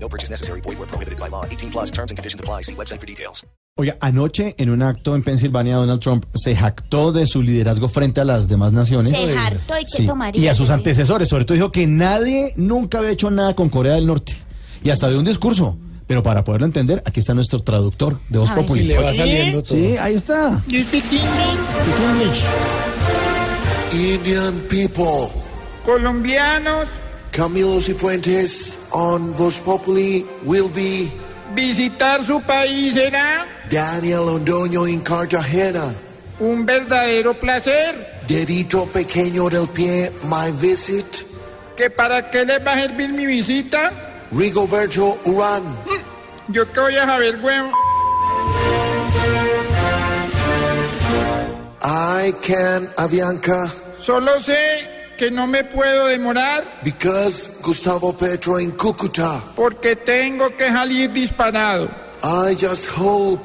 No purchase necessary. Void where prohibited by law. 18 plus terms and conditions apply. See website for details. Oiga, anoche en un acto en Pensilvania, Donald Trump se jactó de su liderazgo frente a las demás naciones. Se hartó y que ¿eh? Sí, tomaría. y a sus antecesores. Sobre todo dijo que nadie nunca había hecho nada con Corea del Norte. Y hasta de un discurso. Pero para poderlo entender, aquí está nuestro traductor de Voz Ay. Populi. Le va saliendo todo. Sí, ahí está. Indian people. Colombianos, Camilo Cifuentes on Voz Populi will be visitar su país será Daniel Londoño in Cartagena. un verdadero placer. Dedito pequeño del pie, my visit. ¿Que para qué les va a servir mi visita? Rigoberto Urán. Yo que voy a saber, huevo. I can Avianca Solo sé que no me puedo demorar because Gustavo Petro in Cucuta. porque tengo que salir disparado. I just hope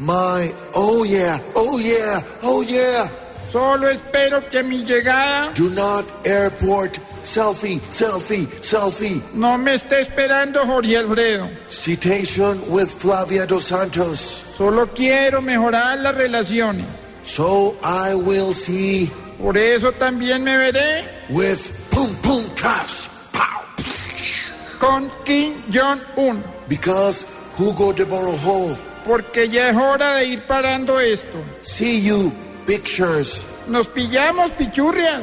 my, oh yeah, oh yeah, oh yeah. Solo espero que mi llegada Do not airport selfie, selfie, selfie. no me esté esperando Jorge Alfredo. Citation with Flavia Dos Santos. Solo quiero mejorar las relaciones. So I will see Por eso también me veré with Pum Pum Cash. Pow! con Kim Jong-un Because Hugo de Borojo. porque ya es hora de ir parando esto. See you pictures. Nos pillamos, pichurrias.